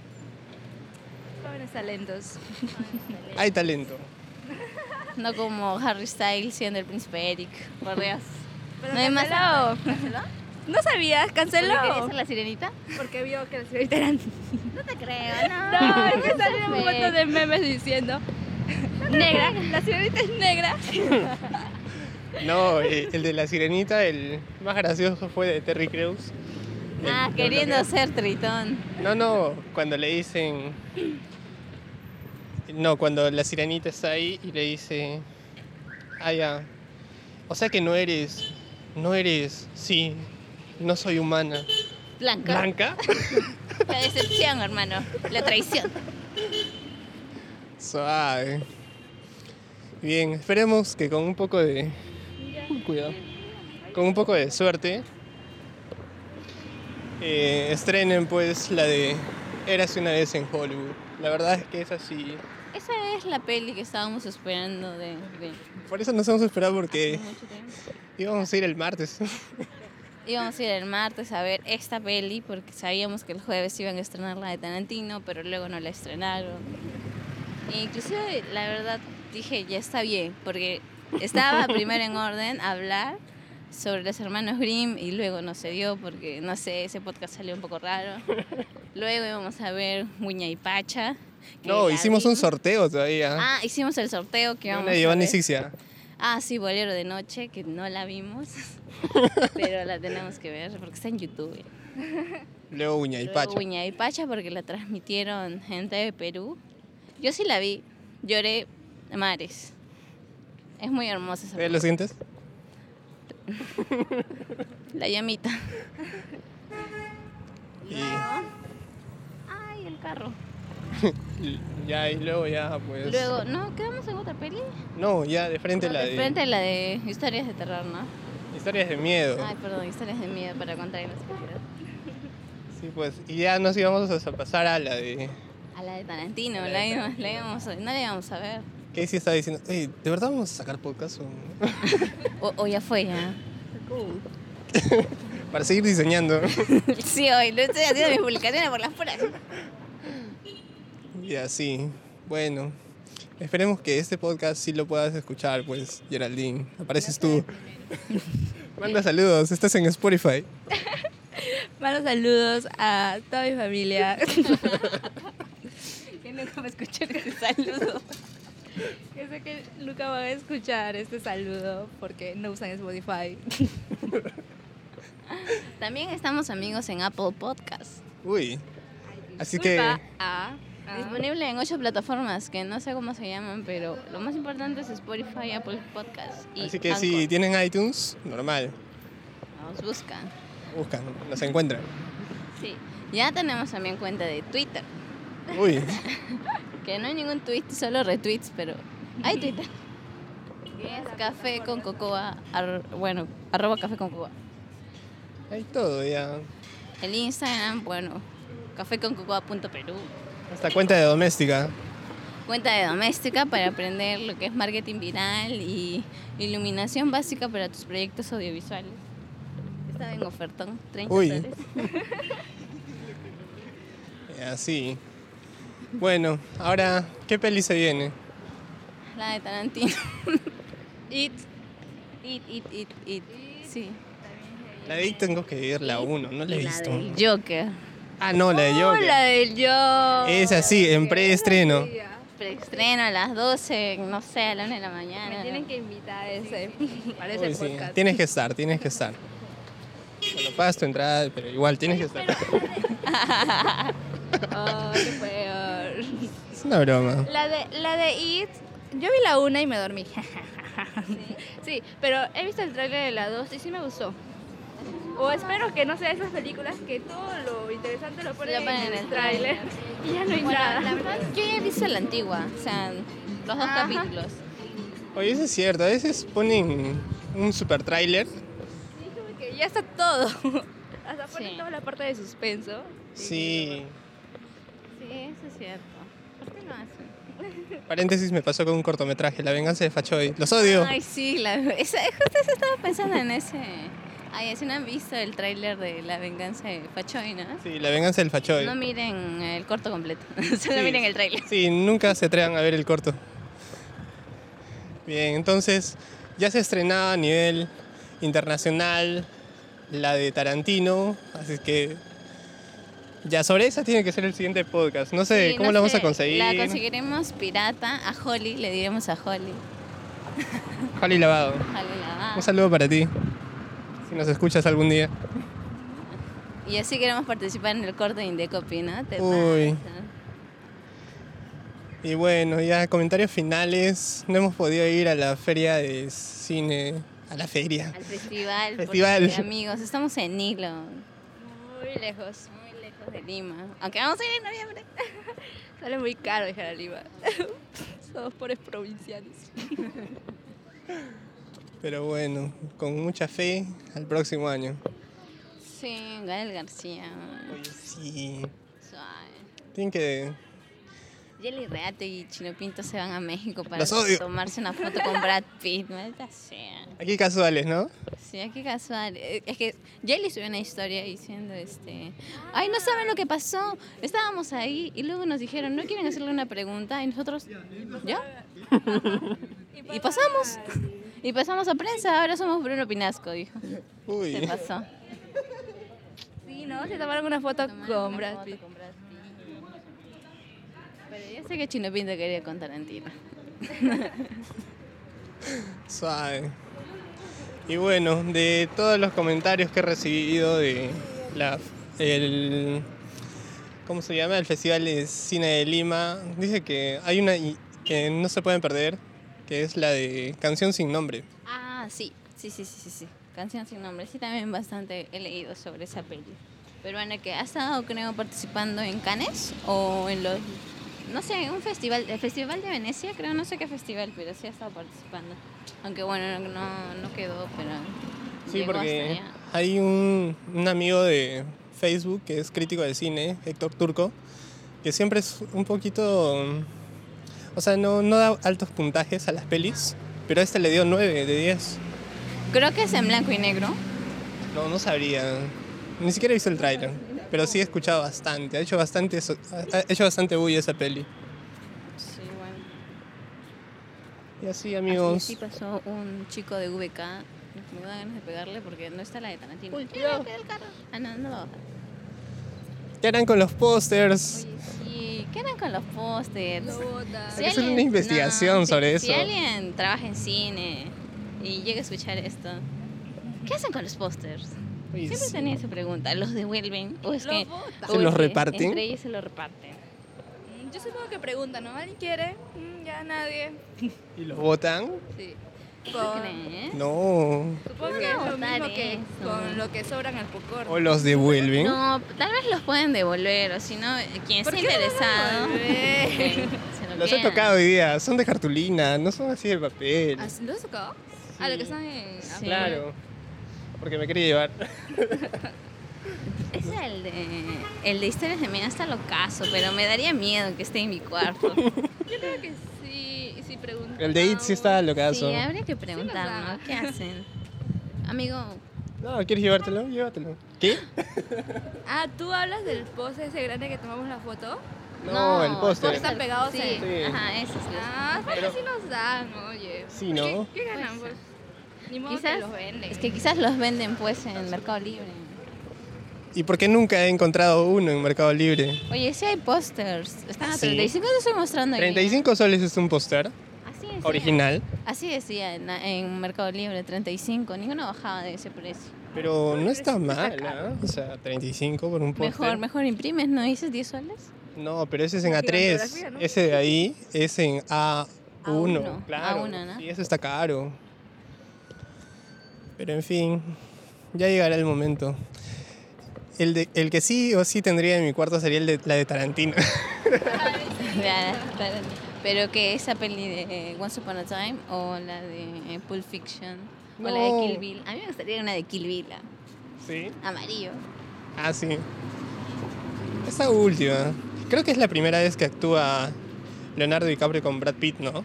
S4: Jóvenes talentos.
S2: Hay talento.
S3: No como Harry Styles siendo el príncipe Eric. Por Dios.
S4: Pero
S3: no hay más.
S4: canceló.
S3: ¿Canceló?
S4: No sabías,
S3: ¿Solo quería
S4: canceló.
S3: ser la sirenita?
S4: Porque vio que las señorita eran.
S3: No te creo, no.
S4: No, es que
S3: Eso
S4: salieron un
S3: fue.
S4: montón de memes diciendo. Negra,
S3: Ah,
S4: la señorita es negra.
S2: No, eh, el de la sirenita, el más gracioso fue de Terry Crews. El-
S3: Ah,
S2: lo-
S3: queriendo
S2: lo
S3: ser Tritón.
S2: que- No, no, cuando le dicen. No, cuando la sirenita está ahí y le dice. Ah, ya. O sea que no eres. No eres. Sí. No soy humana.
S3: Blanco.
S2: ¿Blanca?
S3: La decepción, hermano. La traición.
S2: Suave. Bien, esperemos que con un poco de. Uy, cuidado. Con un poco de suerte. eh, estrenen pues la de Érase una vez en Hollywood. La verdad es que es así.
S3: Esa es la peli que estábamos esperando de, de
S2: Por eso nos hemos esperado porque
S3: mucho tiempo.
S2: íbamos a ir el martes.
S3: Íbamos a ir el martes a ver esta peli porque sabíamos que el jueves iban a estrenar la de Tarantino, pero luego no la estrenaron. E inclusive, la verdad, dije, ya está bien, porque estaba primero en orden hablar sobre los hermanos Grimm y luego no se dio porque, no sé, ese podcast salió un poco raro. Luego íbamos a ver Muña y Pacha. que
S2: No,
S3: la
S2: hicimos un
S3: vimos.
S2: sorteo todavía.
S3: Ah, hicimos el sorteo que
S2: de
S3: íbamos
S2: una
S3: a
S2: de Giovanni
S3: ver.
S2: Sixia.
S3: Ah, sí, Bolero de Noche, que no la vimos, pero la tenemos que ver porque está en YouTube.
S2: Luego Uña y
S3: Luego
S2: Pacha.
S3: Uña y Pacha porque la transmitieron gente de Perú. Yo sí la vi, lloré a mares. Es muy hermosa esa
S2: ¿Eh, ¿Lo
S3: película.
S2: sientes?
S3: La llamita.
S2: Y,
S3: Ay, el carro.
S2: y ya, y luego ya pues.
S3: Luego, no, quedamos en otra peli.
S2: No, ya de frente la
S3: No,
S2: de.
S3: Frente a la de historias de terror, ¿no?
S2: Historias de miedo.
S3: Ay, perdón, historias de miedo para contar en la oscuridad.
S2: Sí, pues, y ya nos íbamos a pasar a la de...
S3: A la de Tarantino,
S2: A la
S3: la,
S2: de
S3: íbamos-
S2: Tarantino.
S3: la íbamos a- no la íbamos a ver.
S2: Casey estaba diciendo, "Ey, ¿de verdad vamos a sacar podcast? o no?"
S3: O, o ya fue ya.
S2: Para seguir diseñando.
S3: Sí, hoy lo estoy haciendo mis publicaciones por las puras.
S2: y así, bueno. Esperemos que este podcast sí lo puedas escuchar, pues, Geraldine. Apareces tú. Manda saludos, estás en Spotify.
S4: Malos saludos a toda mi familia.
S3: Que nunca me escuchar ese saludo.
S4: que sé que Luca va a escuchar este saludo porque no usan Spotify.
S3: También estamos amigos en Apple Podcast.
S2: Uy. Así que
S4: Disculpa a-
S3: Ah.
S4: a-
S3: Disponible en ocho plataformas que no sé cómo se llaman, pero lo más importante es Spotify, Apple Podcast y
S2: así que
S3: Anchor.
S2: si tienen iTunes, normal.
S3: Nos buscan.
S2: Buscan, nos encuentran.
S3: Sí. Ya tenemos también cuenta de Twitter,
S2: Uy.
S3: que no hay ningún tweet, solo retweets, pero hay Twitter. Que es café con cocoa, ar- bueno, arroba café con cocoa.
S2: Hay todo ya.
S3: El Instagram, bueno, café con cocoa.perú.
S2: Hasta cuenta de doméstica.
S3: Cuenta de doméstica para aprender lo que es marketing viral y iluminación básica para tus proyectos audiovisuales. Está en ofertón, 30
S2: Uy.
S3: soles.
S2: Eh, Así. Bueno, ahora, ¿qué peli se viene?
S3: La de Tarantino.
S4: It.
S3: It, it, it, it. Sí.
S2: La de It tengo que ver, la 1, no la he
S3: Y
S2: visto.
S3: La del Joker.
S2: Ah, no, la de Joker.
S4: Hola del yo.
S2: Es así, en preestreno.
S3: Preestreno a las 12, no sé, a la 1 de la mañana.
S4: Me tienen que invitar a ese. Para
S2: Uy,
S4: ese
S2: sí,
S4: podcast.
S2: Tienes que estar, tienes que estar. Bueno, pagas tu entrada, pero igual tienes que estar.
S4: Oh, qué peor.
S2: Es una broma.
S4: La de, la de It, yo vi la una y me dormí. Sí, pero he visto el tráiler de la dos y sí me gustó. O espero que no sea esas películas que todo lo interesante lo ponen,
S3: Lo ponen
S4: en
S3: en
S4: el
S3: el
S4: tráiler y ya no hay
S3: Bueno,
S4: nada.
S3: la verdad, yo ya he visto la antigua, o sea, los dos
S4: Ajá.
S3: capítulos.
S2: Oye, eso es cierto, a veces ponen un super tráiler.
S4: Porque ya está todo. Hasta ponen
S3: Sí.
S4: toda la parte de suspenso.
S2: Sí.
S3: Sí, eso es cierto. ¿Por qué no hacen?
S2: Paréntesis, me pasó con un cortometraje, La venganza de Fachoy. Los odio.
S3: Ay, sí, la, esa, justo eso estaba pensando en ese. Ay, si no han visto el tráiler de La venganza de Pachoy, ¿no?
S2: Sí, La venganza del Fachoy.
S3: No miren el corto completo, solo
S2: Sí.
S3: miren el tráiler.
S2: Sí, nunca se atrevan a ver el corto. Bien, entonces ya se estrenaba a nivel internacional la de Tarantino, así que ya sobre esa tiene que ser el siguiente podcast. No sé
S3: Sí,
S2: cómo
S3: no
S2: la vamos
S3: sé,
S2: a conseguir.
S3: La conseguiremos pirata a Holly, le diremos a Holly.
S2: Jali Lavado.
S3: Holly la va.
S2: Un saludo para ti. Si nos escuchas algún día.
S3: Y así queremos participar en el corto de Indecopi, ¿no? ¿Te
S2: Uy.
S3: pasa?
S2: Y bueno, ya comentarios finales. No hemos podido ir a la feria de cine. A la feria.
S3: Al festival.
S2: Festival.
S3: porque, amigos, estamos en Nilo,
S4: Muy lejos.
S3: muy lejos de Lima. Aunque vamos a ir en noviembre.
S4: Sale muy caro dejar a Lima. Somos pobres provinciales.
S2: Pero bueno, con mucha fe al próximo año.
S3: Sí, Gael García.
S2: Oye, sí.
S3: Suave.
S2: Tienen que.
S3: Yeli Reate y Chino Pinto se van a México para
S2: Los odio.
S3: tomarse una foto con Brad Pitt. Maldita sea.
S2: Aquí casuales, ¿no?
S3: Sí, qué casual. Eh, Es que Jelly subió una historia diciendo, este, ay, no saben lo que pasó. Estábamos ahí y luego nos dijeron, ¿no quieren hacerle una pregunta? Y nosotros, ¿ya? y pasamos. Y pasamos a prensa. Ahora somos Bruno Pinasco, dijo. Se
S2: Uy.
S3: pasó.
S4: Sí, ¿no? Se tomaron una foto
S3: Tomaron
S4: con
S3: una
S4: Brad
S3: foto
S4: Pitt.
S3: con Brad Pitt. Pero yo sé que Chino Pinto quería con Tarantino.
S2: Suave. Y bueno, de todos los comentarios que he recibido de la. El, ¿Cómo se llama? El Festival de Cine de Lima. Dice que hay una i- que no se pueden perder, que es la de Canción sin nombre.
S3: Ah, sí, sí, sí, sí, sí, sí. Canción sin nombre. Sí, también bastante he leído sobre esa peli. Pero bueno, que ha estado, creo, participando en Cannes o en los... No sé, un festival, el Festival de Venecia, creo, no sé qué festival, pero sí ha estado participando. Aunque bueno, no- no, no quedó, pero...
S2: Sí,
S3: llegó
S2: porque
S3: hasta allá.
S2: hay un, un amigo de Facebook que es crítico de cine, Héctor Turco, que siempre es un poquito... mm, O sea, no, no da altos puntajes a las pelis, pero a este le dio 9 de 10.
S3: Creo que es en blanco y negro.
S2: No, no sabría. Ni siquiera he visto el tráiler, pero sí he escuchado bastante. Ha hecho bastante, so- ha ha hecho bastante bulla esa peli.
S3: Sí, bueno.
S2: Y así, amigos.
S3: Así sí pues. pasó un chico de VK. Me da ganas de pegarle porque no está la de Tarantino.
S2: Uy, cuidado.
S3: Ah, no, no la baja.
S2: ¿Qué harán con los pósters?
S3: Oye, sí. ¿Qué harán con los pósters?
S4: Lo bota.
S2: Hay que hacer una investigación
S3: no, si-
S2: sobre
S3: Si
S2: eso.
S3: alguien trabaja en cine y llega a escuchar esto, ¿qué hacen con los pósters?
S2: Oye,
S3: Siempre
S2: sí.
S3: tenía esa pregunta. ¿Los devuelven? ¿O es
S4: Lo
S3: que
S4: bota.
S3: o
S2: ¿Se
S3: es
S2: los
S3: que
S2: reparten?
S3: Entre ellos se los reparten.
S4: Mm, Yo supongo que pregunta, ¿no? ¿Alguien quiere? Mm, ya nadie.
S2: ¿Y los votan?
S4: Sí.
S3: ¿Tú
S4: Con-
S3: crees?
S2: No.
S4: supongo
S3: ¿Cómo
S4: que
S3: van a
S4: es lo
S3: votar
S4: mismo que
S3: eso?
S4: con lo que sobran al popcorn.
S2: ¿O los devuelven?
S3: No, tal vez los pueden devolver o si no, quien
S4: ¿Por
S3: esté
S4: qué no los
S3: interesado.
S4: devuelven?
S3: se lo
S2: Los he
S3: quedan.
S2: tocado hoy día. Son de cartulina, no son así de papel.
S4: ¿Ah, sí ¿Lo has tocado? Ah, lo que están en...
S3: Sí.
S4: ah,
S2: Claro. Porque me quería llevar.
S3: Es el de, el de historias de miedo hasta lo caso, pero me daría miedo que esté en mi cuarto.
S4: Yo creo que sí, sí preguntamos.
S2: El de It sí está locazo.
S3: Sí, habría que preguntar, ¿no?
S4: hago.
S3: ¿Qué hacen? Amigo,
S2: No, ¿quieres llevártelo? Llévatelo. ¿Qué?
S4: Ah, ¿tú hablas del poste ese grande que tomamos la foto?
S2: No,
S3: no,
S2: el póster.
S4: póster. Están pegados
S3: sí.
S4: en-
S2: Sí.
S3: Ajá, eso es.
S4: Ah, pero
S2: Pero-
S4: sí nos dan, oye.
S2: Sí, ¿no?
S4: ¿Qué, qué ganan?
S3: Pues,
S4: pues? Ni modo
S3: Quizás,
S4: que los venden.
S3: es que quizás los venden pues en Mercado Libre.
S2: ¿Y por qué nunca he encontrado uno en Mercado Libre?
S3: Oye, sí hay pósters. Están a
S2: Sí.
S3: 35, te estoy mostrando. aquí.
S2: 35 soles es un póster
S3: Así decía.
S2: original,
S3: Así decía en, en Mercado Libre, 35. Ninguno bajaba de ese precio.
S2: pero no está mal, ¿ah? O sea, 35 por un póster.
S3: Mejor, mejor imprimes, ¿no dices 10 soles?
S2: No, pero ese es en
S4: Gigantografía,
S2: A3.
S4: ¿no?
S2: Ese de ahí es en A1.
S3: A1,
S2: claro.
S3: A1, ¿no?
S2: Y eso está caro. Pero en fin, ya llegará el momento. El, de, el que sí o sí tendría en mi cuarto sería el de, la de Tarantino.
S3: Ya, pero- Pero que esa peli de eh, Once Upon a Time o la de eh, Pulp Fiction o la de
S2: No.
S3: Kill Bill. A mí me gustaría una de Kill Bill, ah,
S2: ¿Sí?
S3: amarillo.
S2: Ah, sí. Esa última. Creo que es la primera vez que actúa Leonardo DiCaprio con Brad Pitt, ¿no?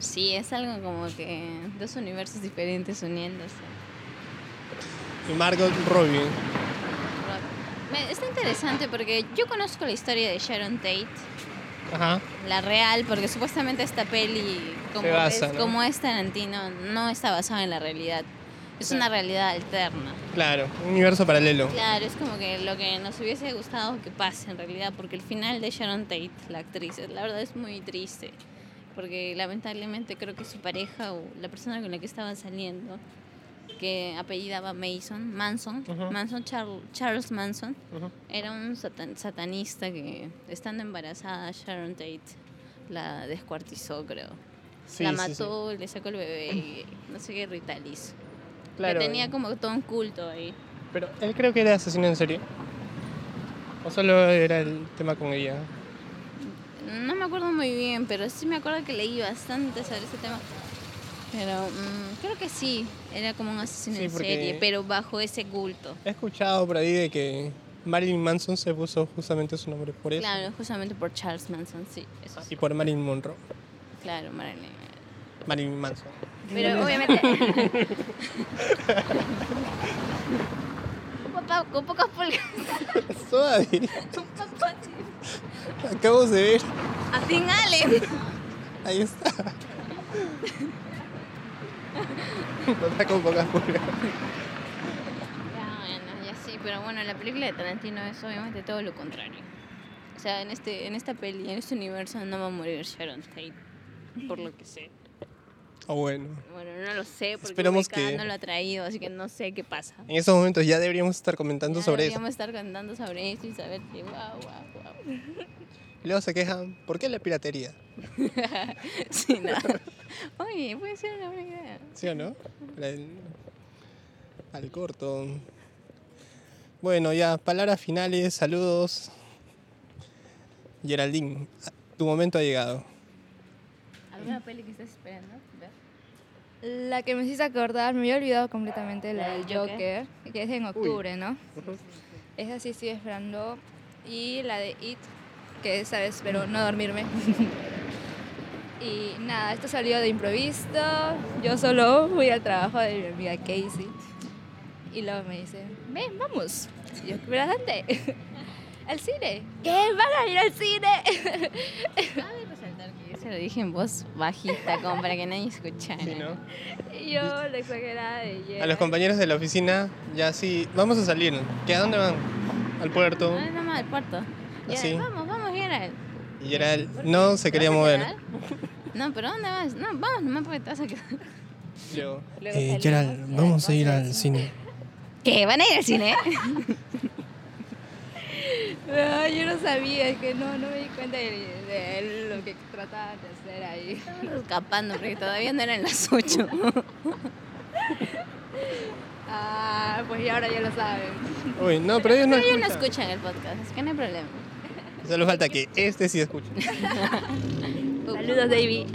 S3: Sí, es algo como que dos universos diferentes uniéndose.
S2: Y Margot Robbie.
S3: Me- Está interesante porque yo conozco la historia de Sharon Tate,
S2: Ajá.
S3: la real, porque supuestamente esta peli, como,
S2: Se basa,
S3: es,
S2: ¿no?
S3: como es Tarantino, no está basada en la realidad. Es una realidad alterna.
S2: Claro, un universo paralelo.
S3: Claro, es como que lo que nos hubiese gustado que pase en realidad, porque el final de Sharon Tate, la actriz, es- la verdad es muy triste, porque lamentablemente creo que su pareja o la persona con la que estaba saliendo, que apellidaba Mason, Manson,
S2: Ujú.
S3: Manson Charl- Charles Manson,
S2: Ujú.
S3: era un satan- satanista que estando embarazada Sharon Tate la descuartizó, creo.
S2: Sí,
S3: la
S2: sí, sí.
S3: mató, le sacó el bebé y no sé qué ritual hizo.
S2: Claro. eh.
S3: Le tenía como todo un culto ahí.
S2: Pero él creo que era asesino en serie. O solo era el tema con ella.
S3: No me acuerdo muy bien, pero sí me acuerdo que leí bastante sobre ese tema. Pero mm, creo que sí, era como un asesino
S2: Sí,
S3: en
S2: porque-
S3: serie, pero bajo ese culto.
S2: He escuchado por ahí de que Marilyn Manson se puso justamente su nombre por eso.
S3: Claro, justamente por Charles Manson, sí, eso
S2: Y
S3: sí.
S2: por Marilyn Monroe.
S3: Claro, Marilyn.
S2: Marilyn Manson.
S3: Pero obviamente. Papá, con pocas pulgas.
S2: Suave. Acabo de ver.
S3: Así, Ale.
S2: Ahí está. No está con pocas pulgas.
S3: Ya, bueno, ya sí, pero bueno, la película de Tarantino es obviamente todo lo contrario. O sea, en, este, en esta peli, en este universo, no va a morir Sharon Tate, por lo que sé.
S2: O Ah, bueno.
S3: Bueno, no lo sé, porque
S2: Esperemos
S3: VK
S2: que-
S3: no lo ha traído, así que no sé qué pasa.
S2: En estos momentos ya deberíamos estar comentando
S3: Ya
S2: sobre
S3: deberíamos estar cantando sobre eso y saber que guau, guau, guau.
S2: eso. Y luego se quejan. ¿Por qué la piratería?
S3: Sí, nada. Oye, puede ser una buena idea.
S2: ¿Sí o no? Para el- Al corto. Bueno, ya, palabras finales, saludos. Geraldine, a- tu momento ha llegado.
S3: ¿Alguna peli que estás esperando? Ver.
S4: La que me hiciste acordar, me había olvidado completamente la
S3: La
S4: del
S3: del Joker.
S4: Joker, que es en octubre, ¿no? Esa sí estoy esperando. Y la de It, que esa vez espero no dormirme. y nada, esto salió de improviso. Yo solo fui al trabajo de mi amiga Casey. Y luego me dice, ven, vamos. Y yo, ¿pero a dónde? al cine. ¿Qué? ¿Van a ir al cine?
S3: Cabe resaltar que yo Se lo dije en voz bajita, como para que nadie escuchara.
S2: Sí, ¿no?
S4: Y yo, la exagerada de
S2: A los compañeros de la oficina, ya sí, vamos a salir. ¿Qué? ¿A dónde van? Al puerto.
S3: Ah, no, al puerto. Y
S2: Ah, sí.
S3: era, vamos, vamos, Gerald.
S2: Y Gerald no se quería
S3: ¿Te vas a
S2: mover.
S3: quedar? No, pero ¿dónde vas? No, vamos nomás porque te vas a quedar.
S2: Yo,
S3: Luego
S6: Eh,
S3: salimos,
S6: Gerald, vamos a ir al cine.
S3: ¿Qué? ¿Van a ir al cine?
S4: No, Ah, yo no sabía, es que no, no me di cuenta de, de lo que trataban de hacer ahí.
S3: Escapando, porque todavía no eran las 8.
S4: Ah, pues y ahora ya lo saben.
S2: uy, no, pero ellos no
S3: Pero ellos no
S2: escuchan.
S3: escuchan el podcast, así que no hay problema.
S2: Solo falta que este sí escuche.
S4: Saludos, David.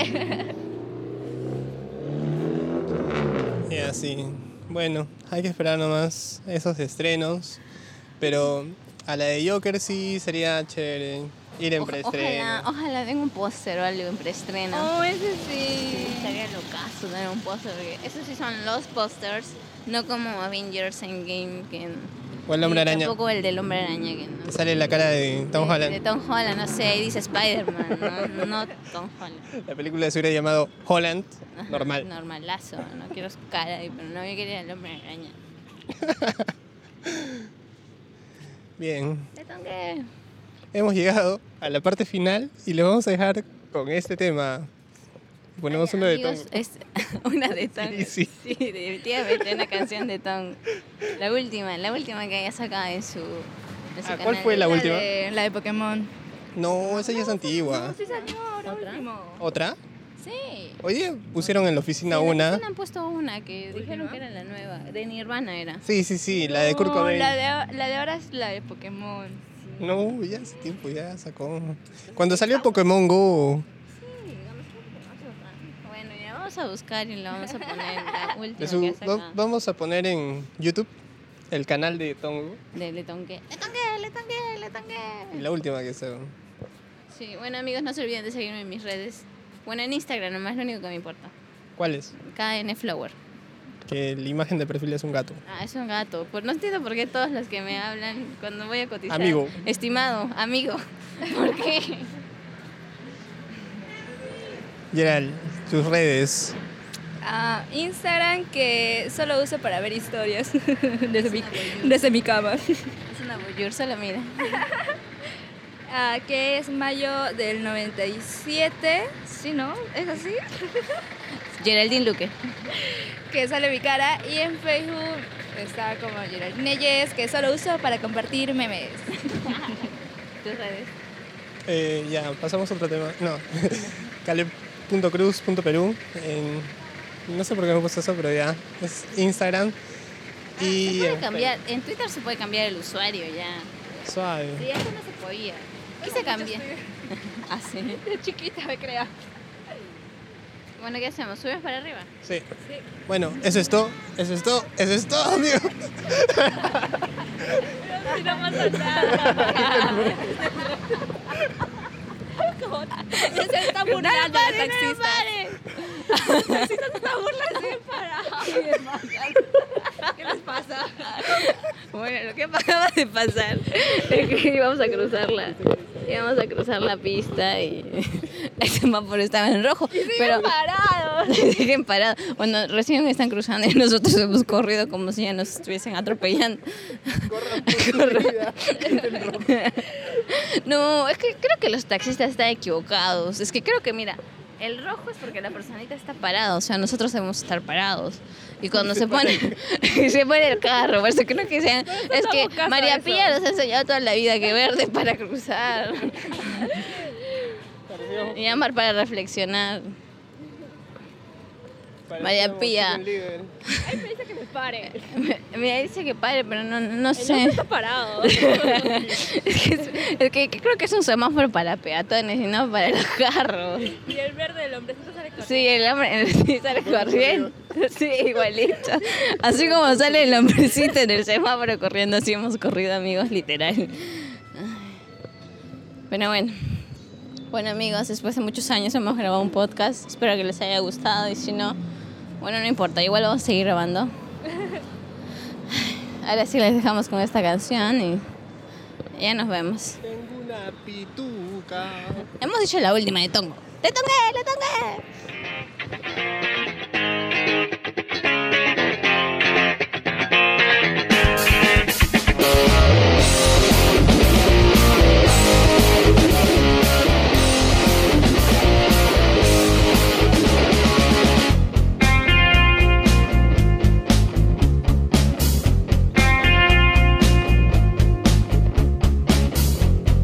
S2: Y Eh, así. Bueno, hay que esperar nomás esos estrenos. Pero a la de Joker sí sería chévere ir en
S3: Oja- ojalá,
S2: preestreno.
S3: ojalá den un póster o algo en preestreno.
S4: Oh, ese sí.
S3: Estaría locazo tener un póster, porque esos sí son los pósters, no como Avengers Endgame, que
S2: O el hombre
S3: y
S2: araña.
S3: Tampoco el del hombre araña, que no.
S2: Sale la cara de Tom
S3: de- De
S2: Holland.
S3: Tom Holland, no sé, ahí dice Spider-Man, no, no Tom Holland.
S2: La película se hubiera llamado Holland
S3: Ajá,
S2: normal.
S3: Normalazo, no quiero su cara, ahí, pero no, yo quería el hombre araña.
S2: Bien.
S3: ¿De dónde?
S2: Hemos llegado a la parte final y lo vamos a dejar con este tema. Ponemos uno de Tom.
S3: Amigos, Es una de Tom.
S2: Sí, sí.
S3: definitivamente una canción de Tom. La última, la última que haya sacado en su. en su
S2: Ah, ¿cuál
S3: canal
S2: fue
S3: de-
S2: la última?
S4: de, la de Pokémon.
S2: No, esa ya es antigua.
S4: Sí salió ahora
S3: ¿Otra?
S4: último.
S2: ¿Otra?
S3: Sí.
S2: Hoy día pusieron en la oficina
S3: En la
S2: una.
S3: oficina han puesto una que dijeron que era la nueva. De Nirvana era.
S2: Sí, sí, sí, la de Kurt
S4: No,
S2: Cobain.
S4: la de, la de ahora es la de Pokémon.
S2: No, ya hace tiempo, ya sacó. Cuando salió Pokémon Go,
S3: Bueno, ya vamos a buscar y la vamos a poner. La última
S2: de su-
S3: que ha
S2: va-
S3: sacado.
S2: vamos a poner en YouTube el canal de Tongo
S3: De Le Tongue. Le Tongue, Le Tongue, Le Tongue.
S2: y la última que sacó.
S3: Sí, bueno, amigos, no se olviden de seguirme en mis redes. Bueno, en Instagram, nomás es lo único que me importa.
S2: ¿Cuál es?
S3: KN Flower.
S2: Que la imagen de perfil es un gato.
S3: Ah, es un gato. Pues no entiendo por qué todos los que me hablan cuando voy a cotizar.
S2: Amigo.
S3: Estimado, amigo. ¿Por qué?
S2: Gerald, tus redes.
S4: Ah, Instagram que solo uso para ver historias desde, mi, desde mi cama.
S3: Es una boyur, solo mira.
S4: Ah, que es mayo del 97, ¿sí no? ¿Es así?
S3: Geraldine Luque.
S4: Que sale mi cara y en Facebook está como Geraldine Yes, que solo uso para compartir memes.
S3: Tus redes.
S2: Eh, ya, pasamos a otro tema. No, caleb.cruz.perú. en- No sé por qué me puse eso, pero ya. Es Instagram. Y.
S3: Ah,
S2: este.
S3: se puede
S2: en
S3: cambiar. En Twitter se puede cambiar el usuario ya.
S2: Facebook. Suave.
S3: Sí, antes no se podía. Quise cambiar. Así.
S4: De chiquita me crea.
S3: Bueno, ¿qué hacemos? ¿Subes para arriba?
S2: Sí. Bueno, eso es todo. Eso es todo. Eso es todo, amigo.
S4: Se está burlando el taxista.
S3: eh. Bueno, lo que acaba de pasar es que íbamos a cruzarla. Íbamos a cruzar la pista y el semáforo estaba en rojo. pero parados. Siguen parados. Bueno, recién están cruzando y nosotros hemos corrido como si ya nos estuviesen atropellando. Corran. No, es que creo que los taxistas están equivocados. Es que creo que, mira, el rojo es porque la personita está parada. O sea, nosotros debemos estar parados. Y cuando se pone, se pone el carro, por eso creo que sean. Es que
S4: caso a
S3: María
S4: eso.
S3: Pía nos ha enseñado toda la vida que verde para cruzar. Y amar para reflexionar. María Pía.
S4: Ay, me dice que me pare.
S3: Mira, dice que pare, pero no, no
S4: No
S3: sé.
S4: está parado.
S3: Es que, es- es que creo que es un semáforo para peatones y no para los carros.
S4: Y el verde del hombrecito sale corriendo.
S3: Sí, el hombre el- sí sale corriendo. Sí, igualito. Así como sale el hombrecito en el semáforo corriendo, así hemos corrido, amigos, literal. Pero bueno. Bueno, amigos, después de muchos años hemos grabado un podcast. Espero que les haya gustado y si no, bueno, no importa, igual vamos a seguir grabando. Ahora sí les dejamos con esta canción y ya nos vemos.
S2: Tengo una la pituca.
S3: Hemos dicho la última de Tongo. ¡Te tongué, le tongué!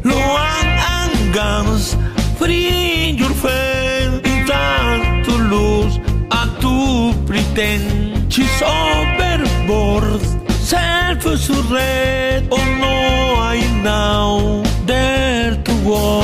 S7: Luan Angas, free your friend, intar tu luz a tu pretend. She's overboard, self is red, oh no, I now dare to go.